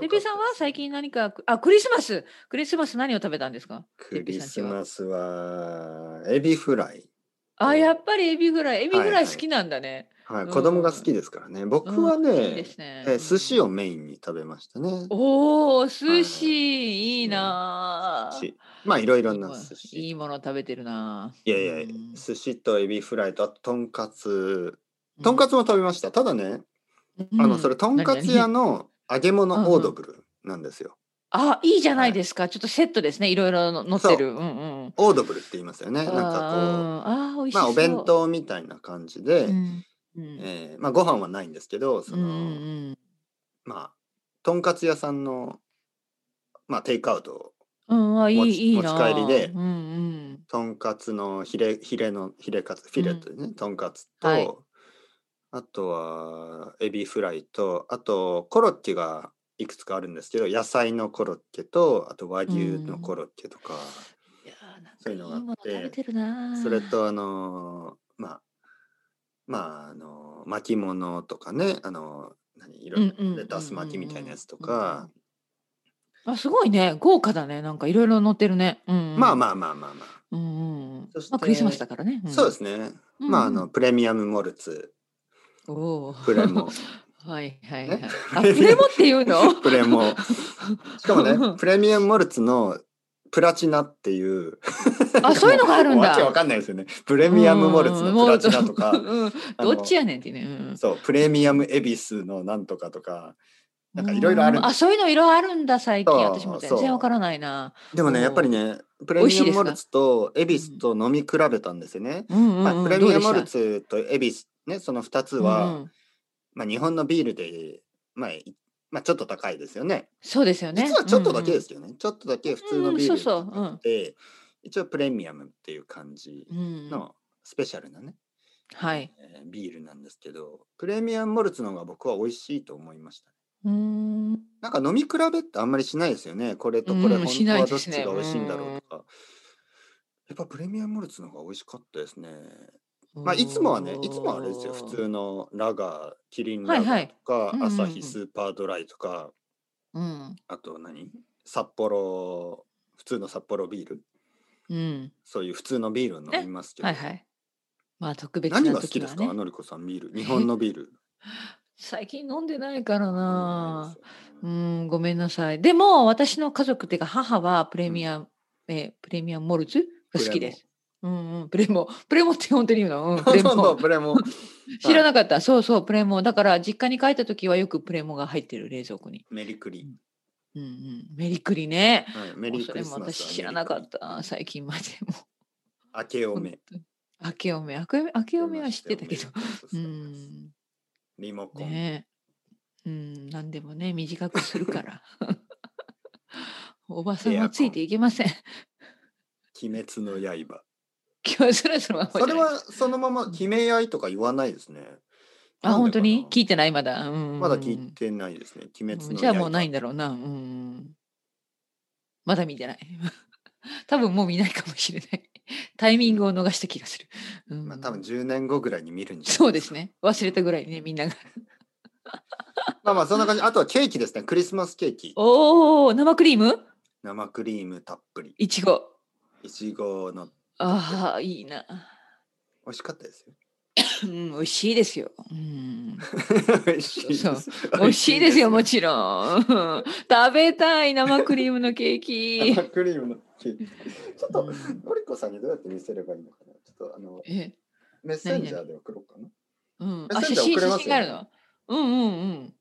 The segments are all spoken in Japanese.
テピさんは最近何か、あ、クリスマス。クリスマス何を食べたんですかクリスマスはエビフライ。あ、やっぱりエビフライ。エビフライ好きなんだね。はい、うん子供が好きですからね。僕はうんいいねです、ねえ寿司をメインに食べましたね。おお、寿司、はいいなあ。寿司まあいろいろいいもなの寿い司。いもの食べてるなあ。いやいやう、ん寿司とエビフライとあととんかつ。とんかつも食べました。ただね、うんあのそれとんかつ屋何何の揚げうんうん物オードブルなんですよ。あ、いいじゃないですか。ちょっとセットですね。いろいろ載ってる。うんうん。オードブルって言いますよね。なんかこあーあー、美味う、しそう。まあお弁当みたいな感じで、うん。うんえーまあご飯はないんですけど、そうんうの、んまあとんかつ屋さんのまあテイクアウトうん。うん、あ、い持い、ちいいなあ。持ち帰りでうんうん。とんかつのヒレヒレのヒレカツフィレットでね、とんかつと、はいあとはエビフライとあとコロッケがいくつかあるんですけど野菜のコロッケとあと和牛のコロッケとか、いやーなんかそういいいうのもがあっての食べてるなあ。それとあのーまあまああのー巻物とかねあのー何いろいうんうんろレタス巻きみたいなやつとうんうんうんか、あ、すごいね。豪華だね。なんかいろいろ載ってるね。うんうん。まあまあまあまあまあ、うんうんうん。そしてまあクリスマスだからね。んそうですね、うんまああのプレミアムモルツおお。プレモ はいはいはいね。あ、プレモっていうの プレモしかもうんねプレミアムモルツのプラチナっていうあ、そういうのがあるんわけわだ。かんないですよねプレミアムモルツのプラチナとか うんうんあのどっちやねんってね。うんそうプレミアムエビスのなんとかとかなんかいろいろあるんうんあ、そういうのいろいろあるんだ、最近。そう私も全然わからないな。でもねやっぱりねプレミ美味しいアでムすかモルツとエビスと飲み比べたんですよね、うんうんまうあ、んプレミアムモルツとエビスねその2つどうでしたは、うんうんまあ、日本のビールで、まあいまあ、ちょっと高いですよねそうですよね。。実はちょっとだけですすよね、ちょっとだけ普通のビールうよりんそうそう高くて、一応プレミアムっていう感じうんうんのスペシャルなね、はい。えービールなんですけどプレミアムモルツの方が僕は美味しいと思いましたうーん。なんか飲み比べってあんまりしないですよねこれとこれうん本し当ないはどでっちすねが美味しいんだろうとか、やっぱプレミアムモルツの方が美味しかったですねまあいつもはねいつもはあれですよ普通のラガーキリンラガーとか、いはいうんうんうんアサヒスーパードライとかうん。あと何札幌普通の札幌ビールうん。そういう普通のビールを飲みますけど、はいはい。まあ特別な時何は、がね、好きですか、のりこさんビール日本のビール最近飲んでないからな。 う、うんごめんなさい。でも、私の家族っていうか、母はプレミアム、えプレミアムモルツが好きです。うんうん、プレモ、 プレモって本当に言うの、 うん、プレそうそモう。プレモ知らはいなかった。そうそう、プレモ。だから、実家に帰った時はよくプレモが入ってる冷蔵庫に。メリクリ、うんうん。メリクリね。はい、メリークリスマスもはうそれも私知らなかメリっクた。最近までもう。リ明けおめ明けおめ、明けおめ、明けおめは知ってたけど。ううんん。リモコン、ねえ。うん、なんでもね、短くするから。 おばさんはついていけません。 鬼滅の刃今日それそのままそじゃなれいはそのまま決め合いとか言わないですねあ、本当に聞聞いてない、まだ。うん、まだ聞いてないですね鬼滅うんの刃じゃあもうないんだろうな。うん。まだ見てない。 多分もう見ないかもしれない。 タイミングを逃した気がする。うんまあ多分10年後ぐらいに見るんじゃないそうですね。忘れたぐらいね、みんなが。まあまあそんな感じあとはケーキですねクリスマスケーキおお、生クリーム生クリームたっぷりいちご。いちごのああ、いいな。美味しかったです ようん、美味しいですよ。うん。美味しいですそう 美味しいですよ、もちちろん。食べたい生クリームのケー キ生。クリームのケーキちょっと、うんのりこさんにどうやって見せればいいのかなちょっとあのえ、メッセンジャーで送ろうかな。うん。えあ、それ写じゃ真、送れま写す真よがあるの。うんうんうん。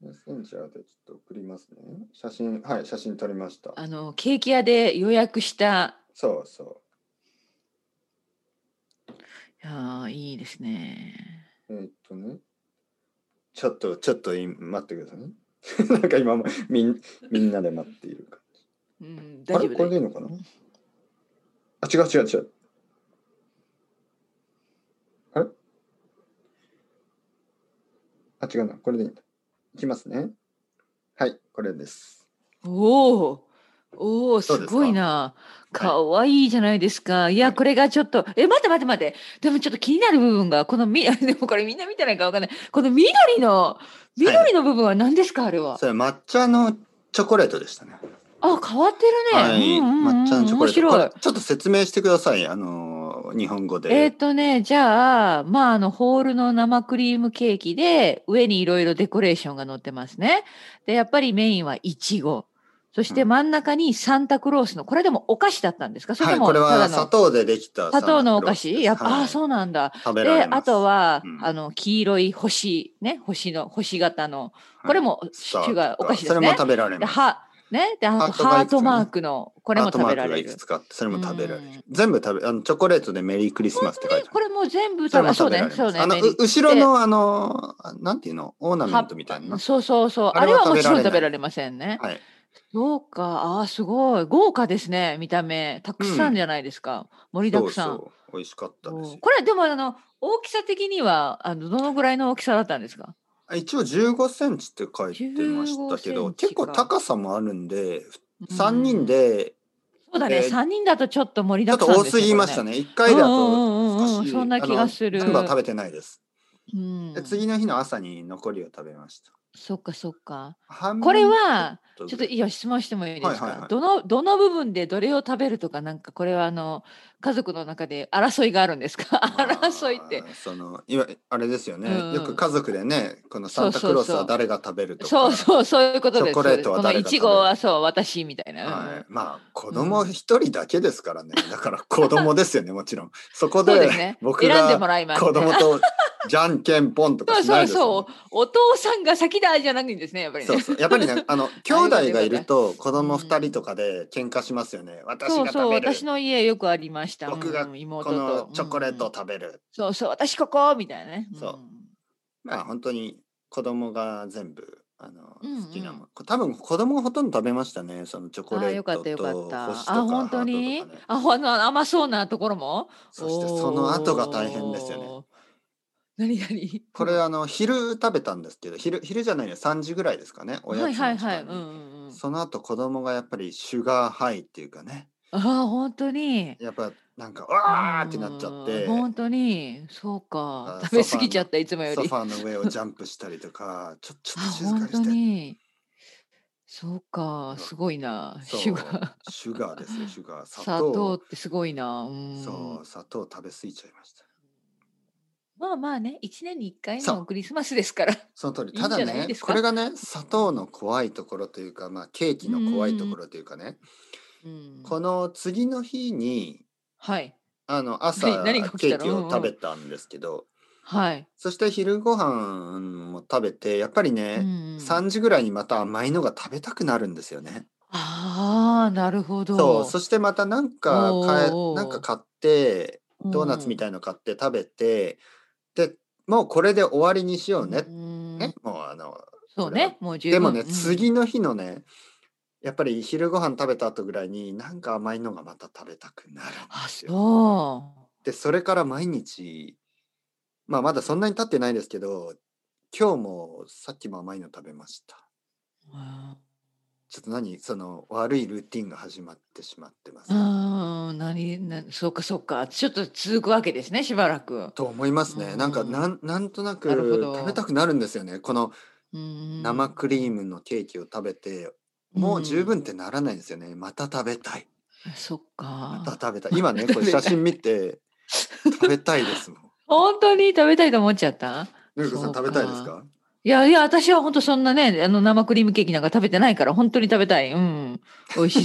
メッセンジャーでちょっと送りますね。写真、はい、写真撮りました。あの、ケーキ屋で予約した。そうそいやーいいですね。う。えーっとね。ちょっと、ちょっと今待ってくださいね。 なんか今もみんみんなで待っているか。うん、あ大丈れ夫これでいいのかなあ、違う違う違う。あれあ、違うな。これでいいんだ。いきますね。はい、これです。おお、おおそうすですかごいな。かわいいじゃないですか。いや、これがちょっと、え、待って待って待って。でもちょっと気になる部分が、このみ、 でもこれみんな見てないからわかんない。この緑の、緑の部分は何ですか、あれは。それ抹茶のチョコレートでしたね。あ、変わってるね。はい、うんうんうん抹茶のチョコレート。面白いこれちょっと説明してください。あのー日本語で。えっ、とね、じゃあ、まあ、あの、ホールの生クリームケーキで、上にいろいろデコレーションが乗ってますね。で、やっぱりメインはイチゴ。そしてうん真ん中にサンタクロースの、これでもお菓子だったんですかそれはとい、もこたれだはの、砂糖でできた砂糖のおサンタクロ菓ースで子すやっぱ、はいああ、そうなんだ。食べらでれ、ますあとは、うんあの、黄色い星、ね、星の、星型の、これもシチューがお菓子ですそれもね。食べられで、ます。は、ね、で、あハとートがいくつかねハートマークの、これも食べらハートマークがれいるく。つかあってそれも食べられうんる。全部食べあのチョコレートでメリークリスマスって書いてあこる。れも全部それも食食べ、そうべらね、れそうます。ね。あのメリーう後ろのあのあなんていうのオーナメントみたいな。そうそうそう。ああれれははもちろん食食べべらられませんね。はい。そうか。ああ、すごい。豪華ですね。見た目。たくさんじゃないですか。盛りだそくうさん。そう美味しかったでおすう。これ、でも、あの、大きさ的には、あの、どのぐらいの大きさだったんですかあ一応15センチって書いてましたけ15センチどか結構高さもあるんで3人。うんでそうだね。えー3人だとちょっと盛りちょだっとくさん多ですすぎましたね。ね。一回だうんうんうんうとん少しそんな気がするあの全部は食べてないです。これねうでん。次の日の朝に残りを食べました。そっかそっか。半分これは、ちょっちょとっといいよ質問してもいいですか、はいはいはいどのどの部分でどれを食べるとかなんかこれはあの家族の中で争いがあるんですか争いってまあそのいわあれですよね、うんよく家族でねこのそサうンそタうそうクロースは誰が食べるとかそうそうそういうことですチョコレートはそ誰がうですこのいちごはそう私みたいな、はい、まあ子う供ん一人だけですからね、だから子供ですよねもちろんそこそうでですね僕選んでもがらいます、ね、子供とじゃんけんぽんとかそうしなそいうですよそうお父さんが先だじゃなくんですねやっぱねりそねうそうやっぱり ねあの兄弟がいると子供二人とかで喧嘩しますよね、私そうがそう食べる私の家よくありました僕がうん妹ことのチョコレートうをん食べる、そうそう私ここみたいなねそうんまあ本当に子供が全部あの、うんうん好きなもの多分子供がほとんど食べましたねそのチョコあーレーよかトったよかっとた。星とあか本当ハーにトとかね。あほあの甘そうなところも。そしてその後が大変ですよねおー。何何。これあの昼食べたんですけど昼昼じゃないよ3時ぐらいですかねおやつはのい時間はいにはい。うんうんうん。その後子供がやっぱりシュガーハイっていうかねあ本当に。やっぱなんかわーってなっちゃってうん本当にそうかあ食べ過ぎちゃったいつもよソりフ。ァーの上をジャンプしたりとかちょちょあっと静か本に当してに。そうかすごいなそうシュガー。シュガーですよシュガー砂砂糖糖ってすごいな。うんそう砂糖食べ過ぎちゃいましたまあまあね一年に一回そのうクリスマスですから。その通りいいんただじゃないねですかこれがね砂糖の怖いところというか、まあ、ケーキの怖いところというかね、うんこの次の日にはいあの朝ケ何何が起きたーのキを食べたんですけど、はい。そして昼ご飯も食べてやっぱりね、うん3時ぐらいにまた甘いのが食べたくなるんですよね。ああ、なるほど。そうそしてまたなんか買えおーおーおーなんか買ってドーナツみいたいの買って食べて、でもうこれで終わりにしようね、ねねもうあのそうね、もう十分。でもね、うん次の日のねやっぱり昼ご飯食べた後ぐらいになんか甘いのがまた食べたくなるんあ、ですよ。そでそれから毎日まあまだそんなに経ってないですけど今日もさっきも甘いの食べました。う。あちょっと何その悪いルーティンが始まってしまってます。あ、何、な、そうか、そうか、ちょっと続くわけですね、しばらく。と思いますね。なんかうんなんなんとなくなるほど食べたくなるんですよね。この生生クリームのケーキを食べて、もう十分ってならないんですよね。また食べたい。そっまたか。食べたい。今ね、これ食べたい写真見て食べたいですもん。本当に食べたいと思っちゃった。のりこさそうんか食べたいですか？いやいや、私は本当そんなね、あの生クリームケーキなんか食べてないから、本当に食べたい。うん。美味し